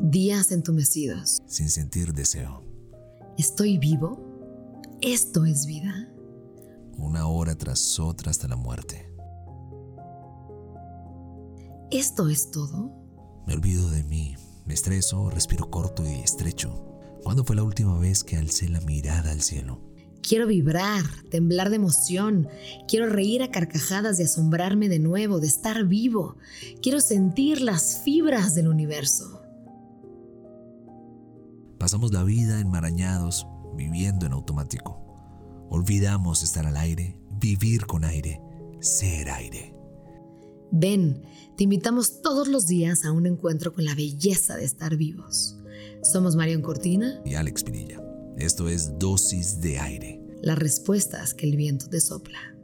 días entumecidos. sin sentir deseo. ¿Estoy vivo? ¿Esto es vida? Una hora tras otra hasta la muerte. ¿Esto es todo? Me olvido de mí, me estreso, respiro corto y estrecho. ¿Cuándo fue la última vez que alcé la mirada al cielo? Quiero vibrar, temblar de emoción, quiero reír a carcajadas y asombrarme de nuevo, de estar vivo, quiero sentir las fibras del universo. Pasamos la vida enmarañados, viviendo en automático. Olvidamos estar al aire, vivir con aire, ser aire. Ven, te invitamos todos los días a un encuentro con la belleza de estar vivos. Somos Marion Cortina, Y Alex Pinilla. Esto es dosis de aire. las respuestas que el viento te sopla.